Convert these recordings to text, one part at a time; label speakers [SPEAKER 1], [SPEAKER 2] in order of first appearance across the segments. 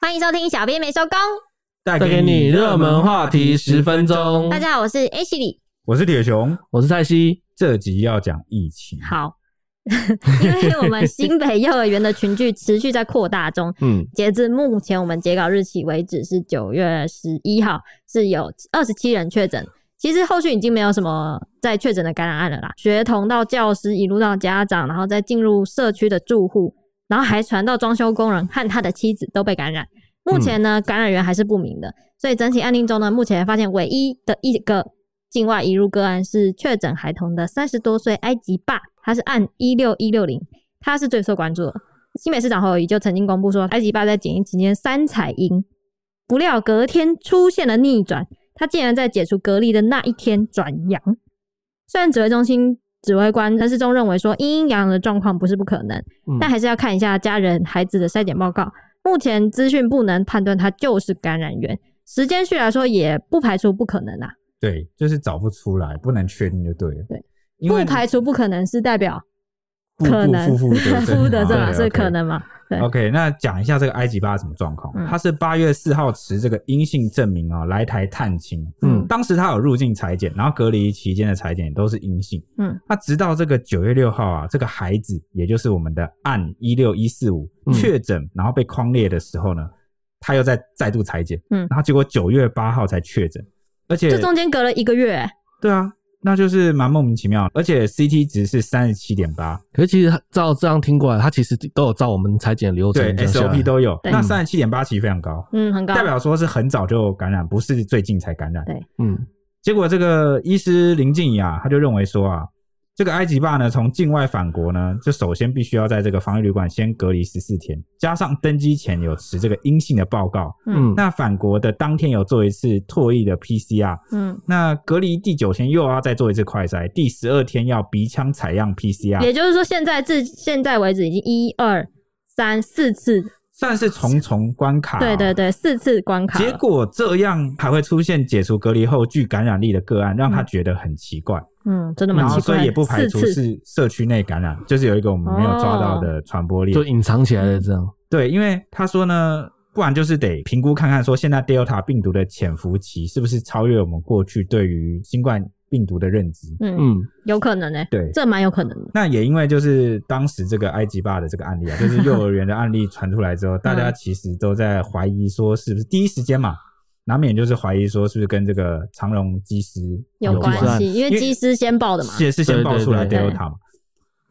[SPEAKER 1] 欢迎收听《小编没收工》。
[SPEAKER 2] 带
[SPEAKER 3] 带给你热门话题十分钟。
[SPEAKER 1] 大家好，我是 H 李。
[SPEAKER 2] 我是铁熊，
[SPEAKER 3] 我是蔡西，
[SPEAKER 2] 这集要讲疫情。
[SPEAKER 1] 好， 因为我们新北幼儿园的群聚持续在扩大中，
[SPEAKER 3] 嗯，
[SPEAKER 1] 截至目前我们截稿日期为止是九月十一号，是有二十七人确诊。其实后续已经没有什么在确诊的感染案了啦，学童到教师一路到家长，然后再进入社区的住户，然后还传到装修工人和他的妻子都被感染。目前呢，感染源还是不明的，所以整体案例中呢，目前发现唯一的一个境外移入个案是确诊孩童的三十多岁埃及爸，他是按一六一六零，他是最受关注的。新北市长侯友谊就曾经公布说，埃及爸在检疫期间三彩阴，不料隔天出现了逆转，他竟然在解除隔离的那一天转阳。虽然指挥中心指挥官陈世忠认为说阴阴阳阳的状况不是不可能，
[SPEAKER 3] 嗯
[SPEAKER 1] 但还是要看一下家人孩子的筛检报告。目前资讯不能判断他就是感染源，时间序来说也不排除不可能啊，
[SPEAKER 2] 对，就是找不出来，不能确定就对了。
[SPEAKER 1] 对，
[SPEAKER 2] 因
[SPEAKER 1] 不
[SPEAKER 2] 为
[SPEAKER 1] 排除不可能是代表
[SPEAKER 2] 不
[SPEAKER 1] 可
[SPEAKER 2] 不
[SPEAKER 1] 能
[SPEAKER 2] 负 负得正
[SPEAKER 1] 负得正
[SPEAKER 2] 嘛
[SPEAKER 1] 嘛，
[SPEAKER 2] 对
[SPEAKER 1] 是
[SPEAKER 2] OK
[SPEAKER 1] 可能嘛？对
[SPEAKER 2] OK，那讲一下这个埃及吧什么状况？
[SPEAKER 1] 嗯
[SPEAKER 2] 他是八月四号持这个阴性证明啊、来台探亲。
[SPEAKER 3] 嗯
[SPEAKER 2] 当时他有入境裁剪，然后隔离期间的裁剪也都是阴性。
[SPEAKER 1] 嗯，
[SPEAKER 2] 那直到这个九月六号啊，这个孩子也就是我们的案一六一四五
[SPEAKER 3] 嗯
[SPEAKER 2] 确诊，然后被框列的时候呢，他又再再度裁剪，
[SPEAKER 1] 嗯
[SPEAKER 2] 然后结果九月八号才确诊，而且
[SPEAKER 1] 这中间隔了一个月、欸
[SPEAKER 2] 对啊，那就是蛮莫名其妙的，而且 CT 值是三十七点八，
[SPEAKER 3] 可是其实照这样听过来，他其实都有照我们裁剪流程
[SPEAKER 2] 对
[SPEAKER 3] 这样下来
[SPEAKER 2] ，SOP 都有，
[SPEAKER 1] 对
[SPEAKER 2] 那三十七点八其实非常高，
[SPEAKER 1] 嗯，很高
[SPEAKER 2] 代。表说是很早就感染，不是最近才感染
[SPEAKER 1] 对。
[SPEAKER 3] 嗯
[SPEAKER 2] 结果这个医师林静怡啊，他就认为说啊，这个埃及爸呢从境外返国呢，就首先必须要在这个防疫旅馆先隔离十四天，加上登机前有持这个阴性的报告，
[SPEAKER 3] 嗯，
[SPEAKER 2] 那返国的当天有做一次唾液的 PCR，
[SPEAKER 1] 嗯，
[SPEAKER 2] 那隔离第九天又要再做一次快筛，第十二天要鼻腔采样 PCR，
[SPEAKER 1] 也就是说，现在至现在为止已经一二三四次，
[SPEAKER 2] 算是重重关卡、啊
[SPEAKER 1] 对对。对，四次关卡了。
[SPEAKER 2] 结果这样还会出现解除隔离后具感染力的个案，让他觉得很奇怪。
[SPEAKER 1] 嗯，真的蛮
[SPEAKER 2] 然后
[SPEAKER 1] 奇
[SPEAKER 2] 所
[SPEAKER 1] 怪的，
[SPEAKER 2] 以也不排除
[SPEAKER 1] 四次。
[SPEAKER 2] 是社区内感染，就是有一个我们没有抓到的传播链。
[SPEAKER 1] 哦
[SPEAKER 3] 就隐藏起来的这样。
[SPEAKER 2] 对，因为他说呢，不然就是得评估看看说现在 Delta 病毒的潜伏期是不是超越我们过去对于新冠病毒的认知。
[SPEAKER 1] 嗯，
[SPEAKER 3] 嗯，
[SPEAKER 1] 有可能呢、
[SPEAKER 2] 对
[SPEAKER 1] 这蛮有可能的。
[SPEAKER 2] 那也因为就是当时这个埃及爸的这个案例啊，就是幼儿园的 案例传出来之后，大
[SPEAKER 1] 嗯
[SPEAKER 2] 家其实都在怀疑说是不是第一时间嘛，难免就是怀疑说是不是跟这个长荣机师
[SPEAKER 1] 有
[SPEAKER 2] 关
[SPEAKER 1] 关
[SPEAKER 3] 有关
[SPEAKER 1] 系，因
[SPEAKER 2] 因为
[SPEAKER 1] 为机师先报的嘛。
[SPEAKER 2] 也是先爆出来
[SPEAKER 3] 对
[SPEAKER 2] Delta
[SPEAKER 3] 对
[SPEAKER 1] 对
[SPEAKER 2] 嘛。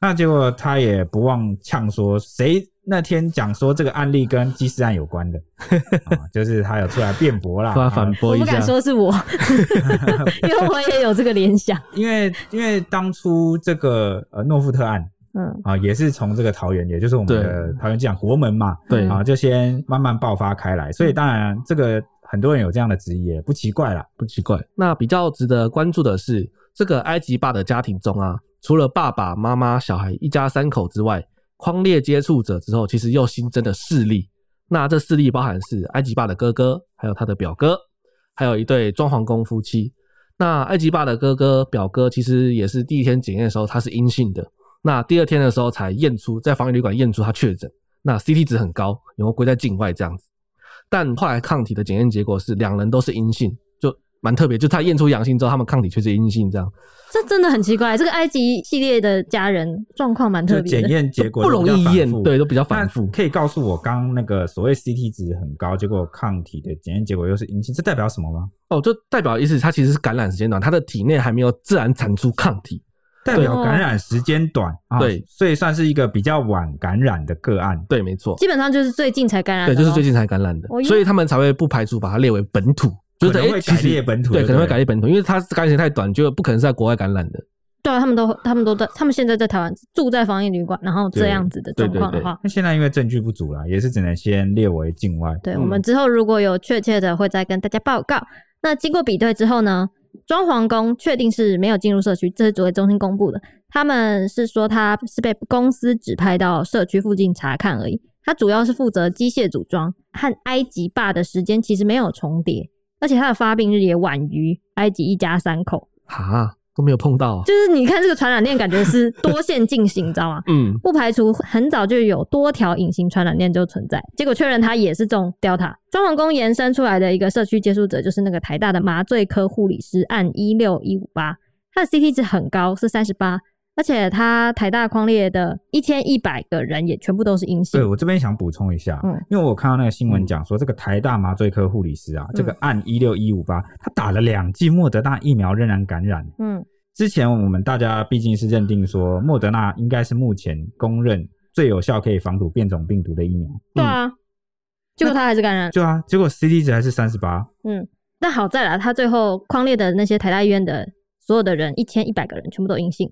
[SPEAKER 2] 那结果他也不忘呛说，谁那天讲说这个案例跟机师案有关的、啊就是他有出来辩驳啦，
[SPEAKER 3] 出来反
[SPEAKER 2] 啊
[SPEAKER 3] 驳
[SPEAKER 1] 我
[SPEAKER 3] 一
[SPEAKER 1] 不敢
[SPEAKER 3] 下。
[SPEAKER 1] 说是 我，因为我也有这个联想。
[SPEAKER 2] 因为因为当初这个呃诺富特案
[SPEAKER 1] 嗯，
[SPEAKER 2] 啊，也是从这个桃园，也就是我们的桃园机场国门嘛，
[SPEAKER 3] 对
[SPEAKER 2] 啊，就先慢慢爆发开来，所以当然这个很多人有这样的质疑，也不奇怪啦。
[SPEAKER 3] 不奇怪。那比较值得关注的是，这个埃及爸的家庭中啊，除了爸爸妈妈、小孩一家三口之外，框列接触者之后，其实又新增了四例。那这四例包含是埃及爸的哥哥，还有他的表哥，还有一对装潢工夫妻。那埃及爸的哥哥、表哥其实也是第一天检验的时候他是阴性的，那第二天的时候才验出在防疫旅馆验出他确诊，那 CT 值很高，然后归在境外这样子。但后来抗体的检验结果是两人都是阴性，就蛮特别。就他验出阳性之后，他们抗体却是阴性，这样
[SPEAKER 1] 这真的很奇怪。这个埃及系列的家人状况蛮
[SPEAKER 2] 就
[SPEAKER 1] 特别
[SPEAKER 2] 检
[SPEAKER 1] 的。
[SPEAKER 2] 验结果
[SPEAKER 3] 不容易验
[SPEAKER 2] 都比较反，复
[SPEAKER 3] 对，都比较
[SPEAKER 2] 那
[SPEAKER 3] 反复。
[SPEAKER 2] 可以告诉我，刚刚那个所谓 CT 值很高，结果抗体的检验结果又是阴性，这代表什么吗？
[SPEAKER 3] 哦，就代表意思，它其实是感染时间短，它的体内还没有自然产出抗体。
[SPEAKER 2] 代表感染时间短啊，
[SPEAKER 3] 对
[SPEAKER 2] 所以算是一个比较晚感染的个案。
[SPEAKER 3] 对，没错，
[SPEAKER 1] 基本上就是最近才感染的
[SPEAKER 3] 对，
[SPEAKER 1] 咯，
[SPEAKER 3] 就是最近才感染的
[SPEAKER 1] 哦，哟
[SPEAKER 3] 所以他们才会不排除把它列为本土，就
[SPEAKER 2] 可
[SPEAKER 3] 是
[SPEAKER 2] 能会
[SPEAKER 3] 哎，其
[SPEAKER 2] 改列
[SPEAKER 3] 实
[SPEAKER 2] 本土
[SPEAKER 3] 对，
[SPEAKER 2] 就
[SPEAKER 3] 可能会
[SPEAKER 2] 对
[SPEAKER 3] 改列本土，因为它感染时间太短，就不可能是在国外感染的。
[SPEAKER 1] 对啊，他们都他们都在，他们现在在台湾住在防疫旅馆，然后这样子的状况的话，
[SPEAKER 2] 那现在因为证据不足啦，也是只能先列为境外。
[SPEAKER 1] 对
[SPEAKER 3] 嗯
[SPEAKER 1] 我们之后如果有确切的，会再跟大家报告。那经过比对之后呢，装潢工确定是没有进入社区，这是指挥中心公布的。他们是说他是被公司指派到社区附近查看而已，他主要是负责机械组装，和埃及坝的时间其实没有重叠，而且他的发病日也晚于埃及一家三口。
[SPEAKER 3] 哈，都没有碰到啊、
[SPEAKER 1] 就是你看这个传染链，感觉是多线进行，你知道吗？
[SPEAKER 3] 嗯，
[SPEAKER 1] 不排除很早就有多条隐形传染链就存在，结果确认它也是中 Delta。双龙宫延伸出来的一个社区接触者就是那个台大的麻醉科护理师按一六一五八，他的 CT 值很高，是三十八，而且他台大框列的一千一百个人也全部都是阴性
[SPEAKER 2] 对。我这边想补充一下，
[SPEAKER 1] 嗯
[SPEAKER 2] 因为我看到那个新闻讲说，这个台大麻醉科护理师啊，这
[SPEAKER 3] 嗯
[SPEAKER 2] 个案一六一五八，他打了两剂莫德纳疫苗仍然感染。
[SPEAKER 1] 嗯，
[SPEAKER 2] 之前我们大家毕竟是认定说，莫德纳应该是目前公认最有效可以防堵变种病毒的疫苗。
[SPEAKER 1] 对啊，结果他还是感染。
[SPEAKER 2] 对啊，结果 CT 值还是三十八，
[SPEAKER 1] 但好在啦，他最后框列的那些台大医院的所有的人，一千一百个人全部都阴性，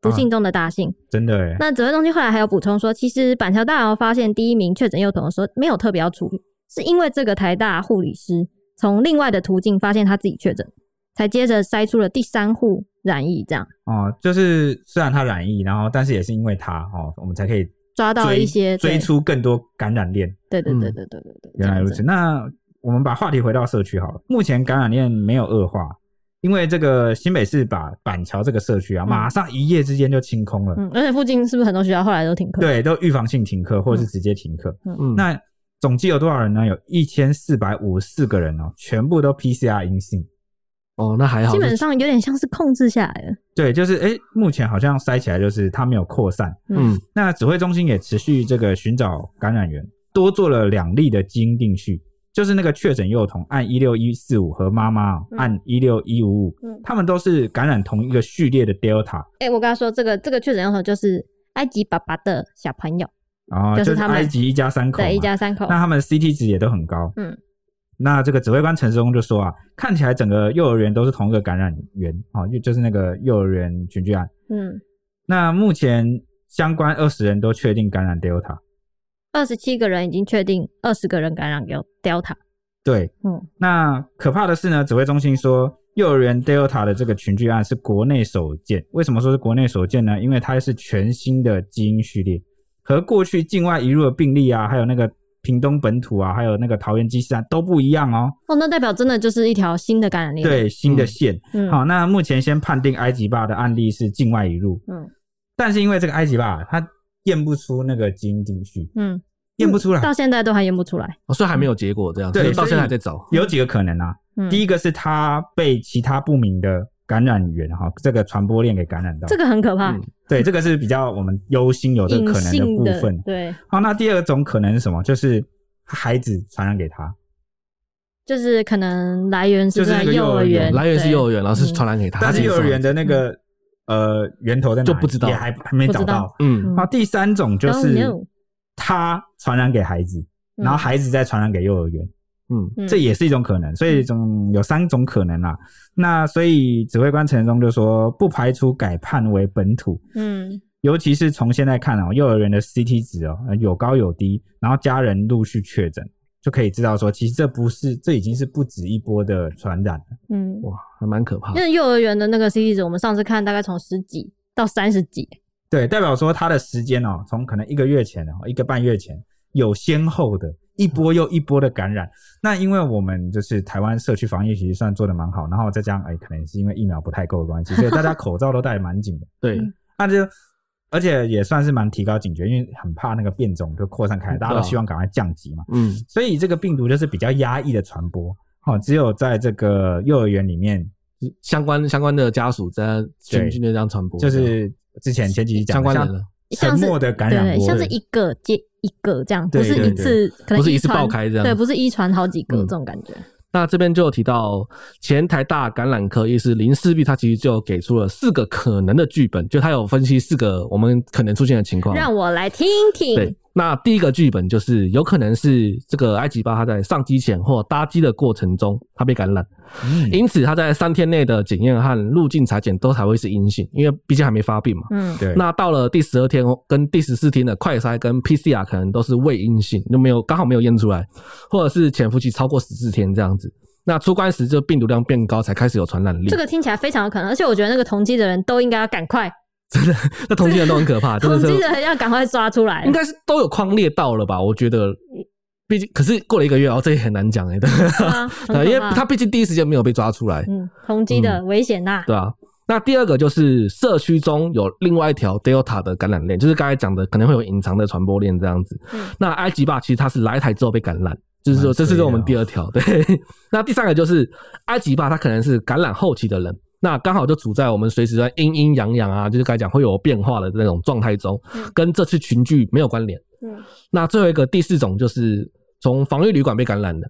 [SPEAKER 1] 不幸中的大幸。
[SPEAKER 2] 真的哎、
[SPEAKER 1] 那指挥中心后来还有补充说，其实板桥大楼发现第一名确诊幼童的时候，没有特别要处理，是因为这个台大护理师从另外的途径发现他自己确诊，才接着筛出了第三户染疫，这样
[SPEAKER 2] 哦、就是虽然他染疫，然后但是也是因为他哦，我们才可以
[SPEAKER 1] 抓到
[SPEAKER 2] 追
[SPEAKER 1] 一些
[SPEAKER 2] 追
[SPEAKER 1] 对
[SPEAKER 2] 出更多感染链。
[SPEAKER 1] 对对
[SPEAKER 3] 嗯
[SPEAKER 1] 对对对对对，
[SPEAKER 2] 原来如
[SPEAKER 1] 这
[SPEAKER 2] 此。
[SPEAKER 1] 样子。
[SPEAKER 2] 那我们把话题回到社区好了。目前感染链没有恶化，因为这个新北市把板桥这个社区啊，
[SPEAKER 1] 嗯
[SPEAKER 2] 马上一夜之间就清空了，
[SPEAKER 1] 嗯，而且附近是不是很多学校后来都停课？，
[SPEAKER 2] 对，都预防性停课或者是直接停课。
[SPEAKER 3] 嗯，
[SPEAKER 2] 那总计有多少人呢？有一千四百五十四个人哦，全部都 PCR 阴性。
[SPEAKER 3] 哦，那还好，
[SPEAKER 1] 基本上有点像是控制下来了。
[SPEAKER 2] 对，就是哎、诶目前好像筛起来就是它没有扩散。
[SPEAKER 3] 嗯
[SPEAKER 2] 那指挥中心也持续这个寻找感染源，多做了两例的基因定序，就是那个确诊幼童按一六一四五和妈妈哦
[SPEAKER 1] 嗯
[SPEAKER 2] 按一六一五五
[SPEAKER 1] 嗯，
[SPEAKER 2] 他们都是感染同一个序列的 Delta，
[SPEAKER 1] 哎、我跟他说，这个这个确诊幼童就是埃及爸爸的小朋友，
[SPEAKER 2] 然后
[SPEAKER 1] 就是
[SPEAKER 2] 就是
[SPEAKER 1] 他们
[SPEAKER 2] 埃及一家三口嘛，
[SPEAKER 1] 对，一家三口。
[SPEAKER 2] 那他们 CT 值也都很高。
[SPEAKER 1] 嗯，
[SPEAKER 2] 那这个指挥官陈世忠就说啊，看起来整个幼儿园都是同一个感染源啊，哦又就是那个幼儿园群聚案。
[SPEAKER 1] 嗯，
[SPEAKER 2] 那目前相关二十人都确定感染 Delta。
[SPEAKER 1] 二十七个人已经确定，二十个人感染有 Delta。
[SPEAKER 2] 对，
[SPEAKER 1] 嗯，
[SPEAKER 2] 那可怕的是呢，指挥中心说，幼儿园 Delta 的这个群聚案是国内首见。为什么说是国内首见呢？因为它是全新的基因序列，和过去境外移入的病例啊，还有那个屏东本土啊，还有那个桃园机师啊都不一样哦。
[SPEAKER 1] 哦，那代表真的就是一条新的感染链。，
[SPEAKER 2] 对，新的线。
[SPEAKER 1] 嗯，
[SPEAKER 2] 好，那目前先判定埃及霸的案例是境外移入，
[SPEAKER 1] 嗯
[SPEAKER 2] 但是因为这个埃及霸它验不出那个基因定序，
[SPEAKER 1] 嗯，
[SPEAKER 2] 验不出来，
[SPEAKER 1] 到现在都还验不出来。
[SPEAKER 3] 哦所以还没有结果，这样，
[SPEAKER 2] 嗯对
[SPEAKER 3] 所以到
[SPEAKER 2] 所以
[SPEAKER 3] 现在还在找，
[SPEAKER 2] 有几个可能啊。
[SPEAKER 1] 嗯，
[SPEAKER 2] 第一个是它被其他不明的感染源哈，这个传播链给感染到。
[SPEAKER 1] 这个很可怕，
[SPEAKER 3] 嗯
[SPEAKER 2] 对，这个是比较我们忧心有这个
[SPEAKER 1] 隐
[SPEAKER 2] 可能的
[SPEAKER 1] 性
[SPEAKER 2] 部分。
[SPEAKER 1] 对，
[SPEAKER 2] 好，那第二种可能是什么？就是孩子传染给他。
[SPEAKER 1] 就是可能来源是
[SPEAKER 2] 就是那
[SPEAKER 1] 在
[SPEAKER 2] 个幼
[SPEAKER 1] 儿
[SPEAKER 2] 儿园
[SPEAKER 1] 园，
[SPEAKER 3] 来源是
[SPEAKER 1] 对
[SPEAKER 3] 幼儿园，然后
[SPEAKER 1] 嗯
[SPEAKER 3] 是传染给他，
[SPEAKER 2] 但是
[SPEAKER 3] 他自己
[SPEAKER 2] 幼儿园
[SPEAKER 3] 送
[SPEAKER 2] 的那个呃源头在哪里
[SPEAKER 3] 就不知道
[SPEAKER 2] 也还还没
[SPEAKER 1] 不知
[SPEAKER 2] 找
[SPEAKER 1] 道嗯 Oh,
[SPEAKER 2] 到。
[SPEAKER 3] 嗯
[SPEAKER 2] 好，第三种就
[SPEAKER 1] Don't
[SPEAKER 2] 是
[SPEAKER 1] know
[SPEAKER 2] 他传染给孩子，
[SPEAKER 1] 嗯
[SPEAKER 2] 然后孩子再传染给幼儿园，
[SPEAKER 3] 嗯，
[SPEAKER 1] 嗯
[SPEAKER 2] 这也是一种可能。所以总有三种可能啦、那所以指挥官陈忠就说，不排除改判为本土。
[SPEAKER 1] 嗯
[SPEAKER 2] 尤其是从现在看哦，幼儿园的 CT 值哦呃有高有低，然后家人陆续确诊，就可以知道说，其实这不是，这已经是不止一波的传染了。
[SPEAKER 1] 嗯，
[SPEAKER 3] 哇，还蛮可怕
[SPEAKER 1] 因，为幼儿园的那个 CT 值，我们上次看大概从十几到三十几，
[SPEAKER 2] 对，代表说它的时间哦，从可能一个月前哦，一个半月前有先后的一波又一波的感染。那因为我们就是台湾社区防疫其实算做的蛮好，然后再加上哎，可能是因为疫苗不太够的关系，所以大家口罩都戴得蛮紧的。
[SPEAKER 3] 对，
[SPEAKER 1] 嗯
[SPEAKER 2] 那就而且也算是蛮提高警觉，因为很怕那个变种就扩散开来，大家都
[SPEAKER 3] 对啊
[SPEAKER 2] 希望赶快降级嘛。
[SPEAKER 3] 嗯，
[SPEAKER 2] 所以这个病毒就是比较压抑的传播，哦，只有在这个幼儿园里面，
[SPEAKER 3] 相关相关的家属在
[SPEAKER 2] 对
[SPEAKER 3] 群聚的这样传播，
[SPEAKER 2] 就是之前前几集讲
[SPEAKER 3] 相
[SPEAKER 2] 的
[SPEAKER 3] 关
[SPEAKER 2] 像
[SPEAKER 3] 的，
[SPEAKER 2] 沉默的感染
[SPEAKER 1] 对，
[SPEAKER 2] 波，
[SPEAKER 1] 像是一个接一个这样，
[SPEAKER 2] 对
[SPEAKER 1] 不是
[SPEAKER 2] 对
[SPEAKER 1] 一次，可能
[SPEAKER 3] 不是一次
[SPEAKER 1] 传
[SPEAKER 3] 爆开这样
[SPEAKER 1] 对，不是一传好几个
[SPEAKER 3] 嗯
[SPEAKER 1] 这种感觉。
[SPEAKER 3] 那这边就有提到前台大感染科医师林世璧，他其实就给出了四个可能的剧本，就他有分析四个我们可能出现的情况。
[SPEAKER 1] 让我来听
[SPEAKER 3] 对
[SPEAKER 1] 听，，
[SPEAKER 3] 那第一个剧本就是有可能是这个埃及巴他在上机前或搭机的过程中他被感染，
[SPEAKER 2] 嗯
[SPEAKER 3] 因此他在三天内的检验和入境裁剪都才会是阴性，因为毕竟还没发病嘛。
[SPEAKER 1] 嗯，
[SPEAKER 2] 对，
[SPEAKER 3] 那到了第十二天跟第十四天的快筛跟 PCR 可能都是未阴性，就没有刚好没有验出来，或者是潜伏期超过十四天这样子。那出关时就病毒量变高，才开始有传染力。
[SPEAKER 1] 这个听起来非常有可能，而且我觉得那个同机的人都应该要赶 快，
[SPEAKER 3] 那同性人都很 可怕，真
[SPEAKER 1] 同
[SPEAKER 3] 的
[SPEAKER 1] 机
[SPEAKER 3] 是
[SPEAKER 1] 的人要赶快抓出来
[SPEAKER 3] 应。该是都有框列到了吧？我觉得，毕竟可是过了一个月，哦，这也很难讲哎、欸，对
[SPEAKER 1] 对啊很可怕
[SPEAKER 3] 因为他毕竟第一时间没有被抓出来，
[SPEAKER 1] 嗯，同机的危险呐，
[SPEAKER 3] 对啊。那第二个就是社区中有另外一条 Delta 的感染链，就是刚才讲的可能会有隐藏的传播链这样子。
[SPEAKER 1] 嗯啊
[SPEAKER 3] 那埃及霸其实它是来台之后被感染，就是说
[SPEAKER 2] 蛮
[SPEAKER 3] 这是
[SPEAKER 2] 衰
[SPEAKER 3] 我们
[SPEAKER 2] 的哦
[SPEAKER 3] 第二条。对， 那第三个就是埃及霸，它可能是感染后期的人，那刚好就处在我们随时在阴阴阳阳啊，就是该讲会有变化的那种状态中
[SPEAKER 1] 嗯，
[SPEAKER 3] 跟这次群聚没有关联。
[SPEAKER 1] 嗯，
[SPEAKER 3] 那最后一个第四种就是从防疫旅馆被感染的，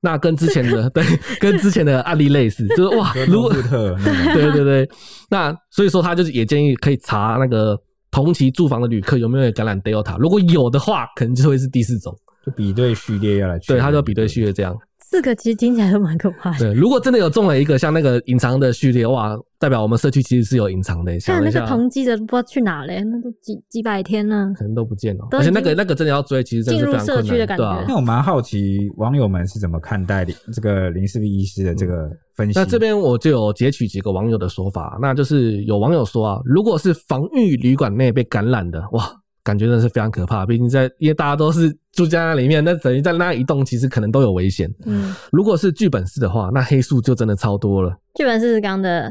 [SPEAKER 3] 那跟之前的 对，跟之前的案例类似，就是哇，
[SPEAKER 2] 跟
[SPEAKER 3] 如果
[SPEAKER 2] 诺富特那 种
[SPEAKER 3] 对对对，那所以说他就是也建议可以查那个同期住房的旅客有没有感染 Delta，如果有的话，可能就会是第四种。
[SPEAKER 2] 就比对序列要来确
[SPEAKER 3] 对，
[SPEAKER 2] 认，
[SPEAKER 3] 他就比对序列这样。
[SPEAKER 1] 四个其实听起来都蛮可怕的。
[SPEAKER 3] 对，如果真的有中了一个像那个隐藏的序列，哇，代表我们社区其实是有隐藏的。想
[SPEAKER 1] 像
[SPEAKER 3] 了
[SPEAKER 1] 那
[SPEAKER 3] 一
[SPEAKER 1] 个
[SPEAKER 3] 下，
[SPEAKER 1] 同机的不知道去哪嘞，那都几几百天了。
[SPEAKER 3] 可能都不见了，
[SPEAKER 1] 都已
[SPEAKER 3] 而且那
[SPEAKER 1] 经
[SPEAKER 3] 个那个真的要追，其实真的是非常
[SPEAKER 1] 进入社区
[SPEAKER 3] 困
[SPEAKER 1] 的
[SPEAKER 3] 难，
[SPEAKER 1] 感
[SPEAKER 3] 对啊
[SPEAKER 1] 觉。
[SPEAKER 2] 那我蛮好奇网友们是怎么看待林这个林世璧医师的这个分析？
[SPEAKER 3] 那这边我就有截取几个网友的说法，啊那就是有网友说啊，如果是防疫旅馆内被感染的，哇，感觉真的是非常可怕。毕竟在因为大家都是住在那里面，那等于在那一栋其实可能都有危险。
[SPEAKER 1] 嗯，
[SPEAKER 3] 如果是剧本式的话，那黑数就真的超多了。
[SPEAKER 1] 剧本是刚的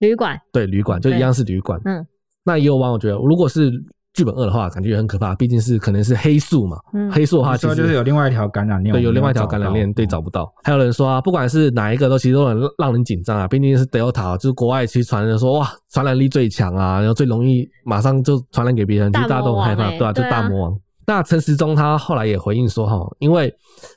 [SPEAKER 1] 旅馆，
[SPEAKER 3] 对，旅馆就一样是旅馆。
[SPEAKER 1] 嗯，
[SPEAKER 3] 那也有网友觉得，如果是剧本二的话，感觉也很可怕，毕竟是可能是黑数嘛。
[SPEAKER 1] 嗯
[SPEAKER 3] 黑数的话，
[SPEAKER 2] 话
[SPEAKER 3] 其
[SPEAKER 2] 说
[SPEAKER 3] 实
[SPEAKER 2] 就是有另外一条感染链，
[SPEAKER 3] 对，
[SPEAKER 2] 我
[SPEAKER 3] 有
[SPEAKER 2] 们
[SPEAKER 3] 另
[SPEAKER 2] 没
[SPEAKER 3] 外一条
[SPEAKER 2] 找
[SPEAKER 3] 感染
[SPEAKER 2] 到嗯
[SPEAKER 3] 链，对，找不到。还有人说啊，不管是哪一个，都其实都很让人紧张啊，毕竟是 Delta，就是国外其实传人说哇，传染力最强啊，然后最容易马上就传染给别人，其实
[SPEAKER 1] 大
[SPEAKER 3] 大家
[SPEAKER 1] 魔
[SPEAKER 3] 都很害
[SPEAKER 1] 王
[SPEAKER 3] 怕，
[SPEAKER 1] 欸
[SPEAKER 3] 对啊，就
[SPEAKER 1] 对
[SPEAKER 3] 大
[SPEAKER 1] 啊
[SPEAKER 3] 魔王。那陈时中他后来也回应说哈，因为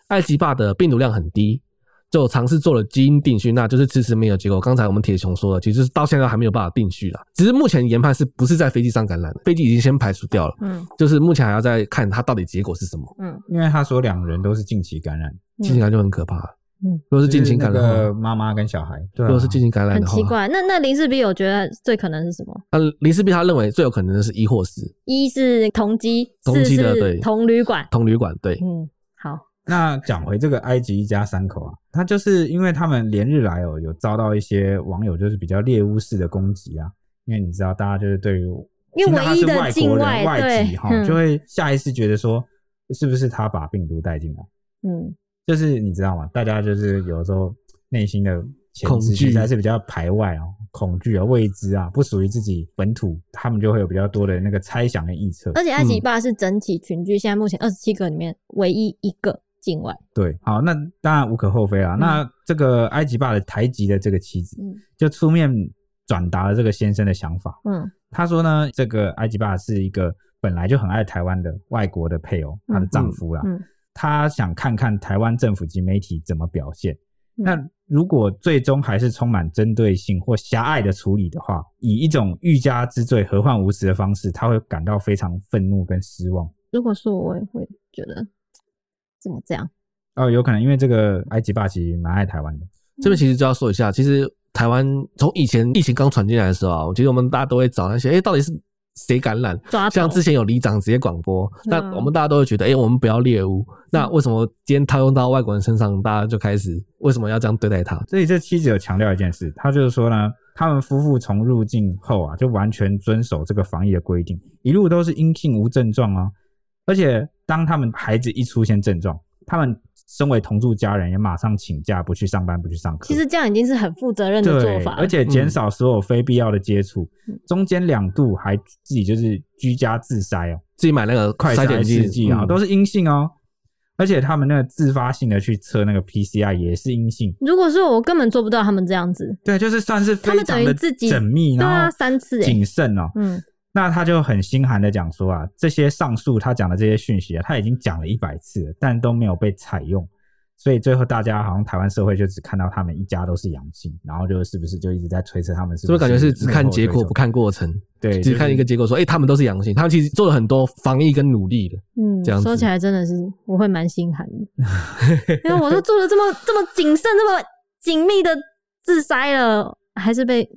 [SPEAKER 3] 埃及霸的病毒量很低。就尝试做了基因定序，那就是迟迟没有结果。刚才我们铁熊说了，其实到现在还没有办法定序了。只是目前研判是不是在飞机上感染的，飞机已经先排除掉了，
[SPEAKER 1] 嗯
[SPEAKER 3] 就是目前还要再看它到底结果是什么。
[SPEAKER 1] 嗯，
[SPEAKER 2] 因为他说两人都是近期感染，
[SPEAKER 3] 近亲感染就很可怕了。
[SPEAKER 1] 嗯
[SPEAKER 3] 如果是
[SPEAKER 2] 就
[SPEAKER 3] 近亲感染
[SPEAKER 2] 那
[SPEAKER 3] 的话，
[SPEAKER 2] 个妈妈跟小孩，对啊
[SPEAKER 3] 如果是近亲感染
[SPEAKER 1] 很
[SPEAKER 3] 的话，
[SPEAKER 1] 奇怪。那那林世斌有觉得最可能是什么？
[SPEAKER 3] 那林世璧他认为最有可能的是一或四
[SPEAKER 1] 一是同机，
[SPEAKER 3] 同
[SPEAKER 1] 四
[SPEAKER 3] 机的
[SPEAKER 1] 是
[SPEAKER 3] 对
[SPEAKER 1] 同旅馆。
[SPEAKER 3] 同旅馆，对，
[SPEAKER 1] 嗯，好，
[SPEAKER 2] 那讲回这个埃及一家三口啊，他就是因为他们连日来哦有遭到一些网友就是比较猎巫式的攻击啊，因为你知道大家就是对于
[SPEAKER 1] 因为
[SPEAKER 2] 听到他
[SPEAKER 1] 唯一
[SPEAKER 2] 是
[SPEAKER 1] 的
[SPEAKER 2] 外
[SPEAKER 1] 境
[SPEAKER 2] 国人外籍
[SPEAKER 1] 对，
[SPEAKER 2] 哈、
[SPEAKER 1] 嗯
[SPEAKER 2] 就会下意识觉得说是不是他把病毒带进来，
[SPEAKER 1] 嗯
[SPEAKER 2] 就是你知道吗？大家就是有时候内心的潜
[SPEAKER 3] 恐
[SPEAKER 2] 知
[SPEAKER 3] 惧
[SPEAKER 2] 其实还是比较排外哦，恐惧啊、未知啊，不属于自己本土，他们就会有比较多的那个猜想跟臆测。
[SPEAKER 1] 而且埃及
[SPEAKER 3] 嗯
[SPEAKER 1] 爸是整体群聚，现在目前二十七个里面唯一一个境外。
[SPEAKER 2] 对，好，那当然无可厚非啦。
[SPEAKER 1] 嗯
[SPEAKER 2] 那这个埃及爸的台籍的这个妻子，
[SPEAKER 1] 嗯
[SPEAKER 2] 就出面转达了这个先生的想法。
[SPEAKER 1] 嗯
[SPEAKER 2] 他说呢，这个埃及爸是一个本来就很爱台湾的外国的配偶，她的丈夫啦。
[SPEAKER 1] 嗯嗯
[SPEAKER 2] 他想看看台湾政府及媒体怎么表现。
[SPEAKER 1] 嗯
[SPEAKER 2] 那如果最终还是充满针对性或狭隘的处理的话，以一种欲加之罪、何患无辞的方式，他会感到非常愤怒跟失望。
[SPEAKER 1] 如果说我也会觉得怎么这样？
[SPEAKER 2] 哦，有可能因为这个埃及爸其实蛮爱台湾的。
[SPEAKER 3] 这边其实就要说一下，其实台湾从以前疫情刚传进来的时候啊，我觉得我们大家都会找那些，哎、到底是谁感染？
[SPEAKER 1] 抓
[SPEAKER 3] 像
[SPEAKER 1] 头
[SPEAKER 3] 之前有里长直接广播，那
[SPEAKER 1] 啊嗯
[SPEAKER 3] 我们大家都会觉得，哎、我们不要猎物。那为什么今天套用到外国人身上，大家就开始为什么要这样对待他？
[SPEAKER 2] 所以这妻子有强调一件事，她就是说呢，他们夫妇从入境后啊，就完全遵守这个防疫的规定，一路都是阴性无症状哦。而且当他们孩子一出现症状，他们身为同住家人也马上请假，不去上班，不去上课。
[SPEAKER 1] 其实这样已经是很负责任的做
[SPEAKER 2] 对，
[SPEAKER 1] 法了，
[SPEAKER 2] 而且减
[SPEAKER 3] 嗯
[SPEAKER 2] 少所有非必要的接触，
[SPEAKER 1] 嗯
[SPEAKER 2] 中间两度还自己就是居家自筛哦，
[SPEAKER 3] 自己买那个
[SPEAKER 2] 快
[SPEAKER 3] 筛
[SPEAKER 2] 筛
[SPEAKER 3] 检
[SPEAKER 2] 试剂啊，
[SPEAKER 3] 嗯
[SPEAKER 2] 都是阴性哦。而且他们那个自发性的去测那个 PCR 也是阴性，
[SPEAKER 1] 如果说我根本做不到他们这样子，
[SPEAKER 2] 对，就是算是
[SPEAKER 1] 他
[SPEAKER 2] 非
[SPEAKER 1] 们
[SPEAKER 2] 常
[SPEAKER 1] 等于
[SPEAKER 2] 的
[SPEAKER 1] 自己
[SPEAKER 2] 缜密，
[SPEAKER 1] 对
[SPEAKER 2] 然
[SPEAKER 1] 啊，
[SPEAKER 2] 后
[SPEAKER 1] 三次哎、
[SPEAKER 2] 谨慎哦。
[SPEAKER 1] 嗯
[SPEAKER 2] 那他就很心寒的讲说啊，这些上述他讲的这些讯息啊，他已经讲了一百次了，但都没有被采用，所以最后大家好像台湾社会就只看到他们一家都是阳性，然后就是不是就一直在推测他们是
[SPEAKER 3] 是不
[SPEAKER 2] 不
[SPEAKER 3] 是
[SPEAKER 2] 是
[SPEAKER 3] 感觉是只看结
[SPEAKER 2] 幕
[SPEAKER 3] 果
[SPEAKER 2] 后
[SPEAKER 3] 不
[SPEAKER 2] 推手
[SPEAKER 3] 看过程？
[SPEAKER 2] 对，就
[SPEAKER 3] 只
[SPEAKER 2] 是
[SPEAKER 3] 看一个结果说，哎、他们都是阳性，他们其实做了很多防疫跟努力的。
[SPEAKER 1] 嗯
[SPEAKER 3] 这样，子
[SPEAKER 1] 说起来真的是我会蛮心寒的， 因为我都做了这么这么谨慎、这么紧密的自筛了，还是被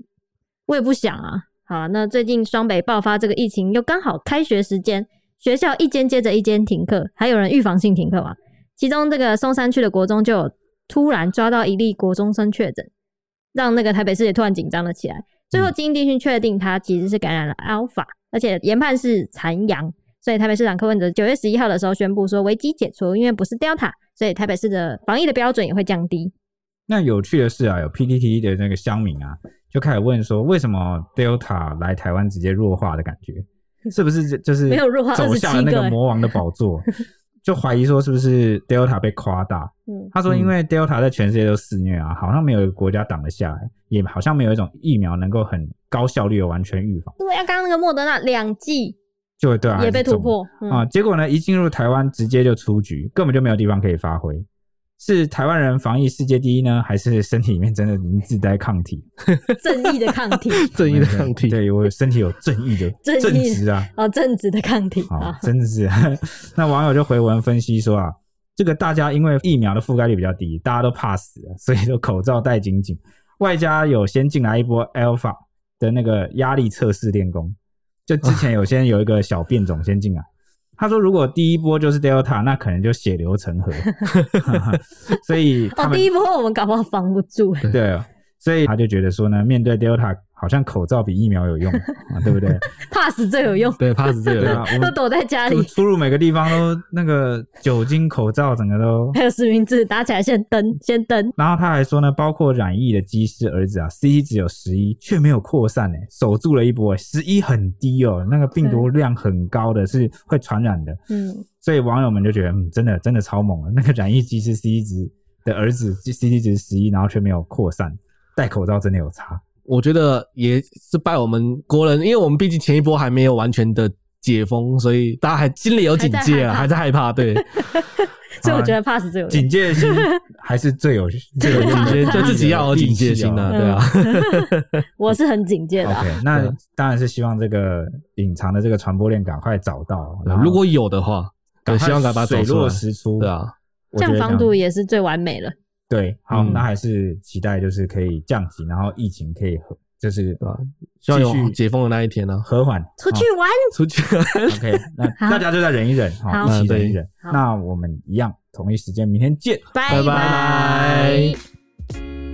[SPEAKER 1] 我也不想啊。好啊那最近双北爆发这个疫情，又刚好开学时间，学校一间接着一间停课，还有人预防性停课嘛。其中这个松山区的国中就有突然抓到一例国中生确诊，让那个台北市也突然紧张了起来。最
[SPEAKER 3] 嗯
[SPEAKER 1] 后，基因定序确定他其实是感染了 alpha，而且研判是残阳，所以台北市长柯文哲九月十一号的时候宣布说危机解除，因为不是 Delta，所以台北市的防疫的标准也会降低。
[SPEAKER 2] 那有趣的是啊，有 PTT E 的那个乡民啊，就开始问说，为什么 Delta 来台湾直接弱化的感觉，是不是就就是
[SPEAKER 1] 没有弱化
[SPEAKER 2] 走下了那
[SPEAKER 1] 27个
[SPEAKER 2] 个
[SPEAKER 1] 欸
[SPEAKER 2] 魔王的宝 座？就怀疑说是不是 Delta 被夸大？
[SPEAKER 1] 嗯，
[SPEAKER 2] 他说，因为 Delta 在全世界都肆虐啊，好像没有一个国家挡得下来，也好像没有一种疫苗能够很高效率的完全预防，
[SPEAKER 1] 对啊，刚刚那个莫德纳两剂
[SPEAKER 2] 就对啊
[SPEAKER 1] 也被突。破，嗯
[SPEAKER 2] 啊，结果呢，一进入台湾直接就出局，根本就没有地方可以发挥。是台湾人防疫世界第一呢，还是身体里面真的已经自带抗体？
[SPEAKER 1] 嗯 正义的抗 体
[SPEAKER 3] 正义的抗体。
[SPEAKER 2] 对我身体有正义的
[SPEAKER 1] 正义
[SPEAKER 2] 正直啊，
[SPEAKER 1] 哦，正直的抗体
[SPEAKER 2] 好
[SPEAKER 1] 啊，，
[SPEAKER 2] 真的是。 那网友就回文分析说啊，这个大家因为疫苗的覆盖率比较低，大家都怕死了，所以就口罩戴紧紧，外加有先进来一波 Alpha 的那个压力测试练功，就之前有先有一个小变种先 进来。他说：“如果第一波就是 Delta，那可能就血流成 河，所以他
[SPEAKER 1] 哦，
[SPEAKER 2] 们
[SPEAKER 1] 第一波我们搞不好防不住，欸
[SPEAKER 2] 对，所以他就觉得说呢，面对 Delta 好像口罩比疫苗 有用啊，对不对？
[SPEAKER 1] 怕死最有用，
[SPEAKER 3] 对，pass 这
[SPEAKER 2] 对
[SPEAKER 3] 个
[SPEAKER 2] 啊，我
[SPEAKER 1] 都
[SPEAKER 2] 们
[SPEAKER 1] 躲在家里
[SPEAKER 2] 出。出入每个地方都那个酒精口罩，整 个都。
[SPEAKER 1] 还有实名制，打起来先登，先登。
[SPEAKER 2] 然后他还说呢，包括染疫的机师儿子啊，C 值有十一，却没有扩散呢、守住了一波、欸，十一很低哦、那个病毒量很高的是会传染的，
[SPEAKER 1] 嗯，
[SPEAKER 2] 所以网友们就觉得，嗯，真的真的超猛了，那个染疫机师 C 值的儿子 C 值十一，然后却没有扩散，戴口罩真的有差，
[SPEAKER 3] 我觉得也是拜我们国人，因为我们毕竟前一波还没有完全的解封，所以大家还心里有警戒啊，还
[SPEAKER 1] 还
[SPEAKER 3] 在害怕， 对，
[SPEAKER 1] 所以我觉得 pass 最有用。
[SPEAKER 2] 啊警戒心还是最有最 有用
[SPEAKER 3] 警
[SPEAKER 2] 的
[SPEAKER 3] 戒就自己要有警戒心啊，
[SPEAKER 2] 利器哦
[SPEAKER 3] 对啊，
[SPEAKER 1] 我是很警戒的啊、
[SPEAKER 2] OK，那
[SPEAKER 3] 对
[SPEAKER 2] 当然是希望这个隐藏的这个传播链赶快找到，然后
[SPEAKER 3] 啊如果有的话，
[SPEAKER 2] 赶
[SPEAKER 3] 对，
[SPEAKER 2] 快
[SPEAKER 3] 希望赶快
[SPEAKER 2] 水
[SPEAKER 3] 走出
[SPEAKER 2] 落
[SPEAKER 3] 来，
[SPEAKER 2] 石出，
[SPEAKER 3] 对啊，
[SPEAKER 2] 我
[SPEAKER 1] 这
[SPEAKER 2] 觉
[SPEAKER 1] 样
[SPEAKER 2] 得
[SPEAKER 1] 防毒也是最完美了。
[SPEAKER 2] 对。好，
[SPEAKER 3] 嗯
[SPEAKER 2] 那还是期待就是可以降级，然后疫情可以和就是
[SPEAKER 3] 对啊希望
[SPEAKER 2] 继
[SPEAKER 3] 有
[SPEAKER 2] 续
[SPEAKER 3] 解封的那一天呢，
[SPEAKER 2] 和缓。
[SPEAKER 1] 出去玩，
[SPEAKER 3] 出去啊
[SPEAKER 2] 哦 OK，那
[SPEAKER 1] 好
[SPEAKER 2] 大家就再忍一忍，好，
[SPEAKER 1] 好
[SPEAKER 2] 一起
[SPEAKER 3] 嗯对
[SPEAKER 2] 忍一忍。
[SPEAKER 1] 好
[SPEAKER 2] 那我们一样同一时间，明天见。
[SPEAKER 1] 拜
[SPEAKER 3] 拜拜